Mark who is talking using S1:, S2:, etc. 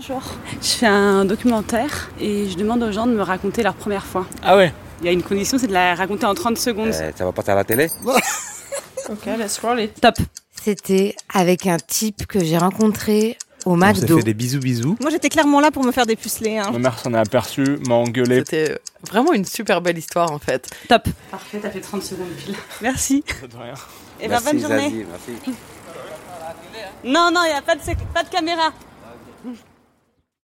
S1: jour. Je fais un documentaire et je demande aux gens de me raconter leur première fois.
S2: Ah ouais
S1: Il y a une condition, c'est de la raconter en 30 secondes.
S3: Euh, ça va passer à la télé
S4: Ok, let's roll it.
S1: Top.
S5: C'était avec un type que j'ai rencontré au
S6: On s'est
S5: McDo.
S6: fait des bisous bisous.
S7: Moi, j'étais clairement là pour me faire dépuceler. Hein.
S2: Ma mère s'en est aperçue, m'a engueulé.
S8: C'était vraiment une super belle histoire en fait.
S1: Top. Parfait, t'as fait 30 secondes pile. Merci.
S2: De rien.
S7: Et ben, bonne journée.
S3: Zazie, merci.
S7: Non, non, il n'y a pas de, sec- pas de caméra.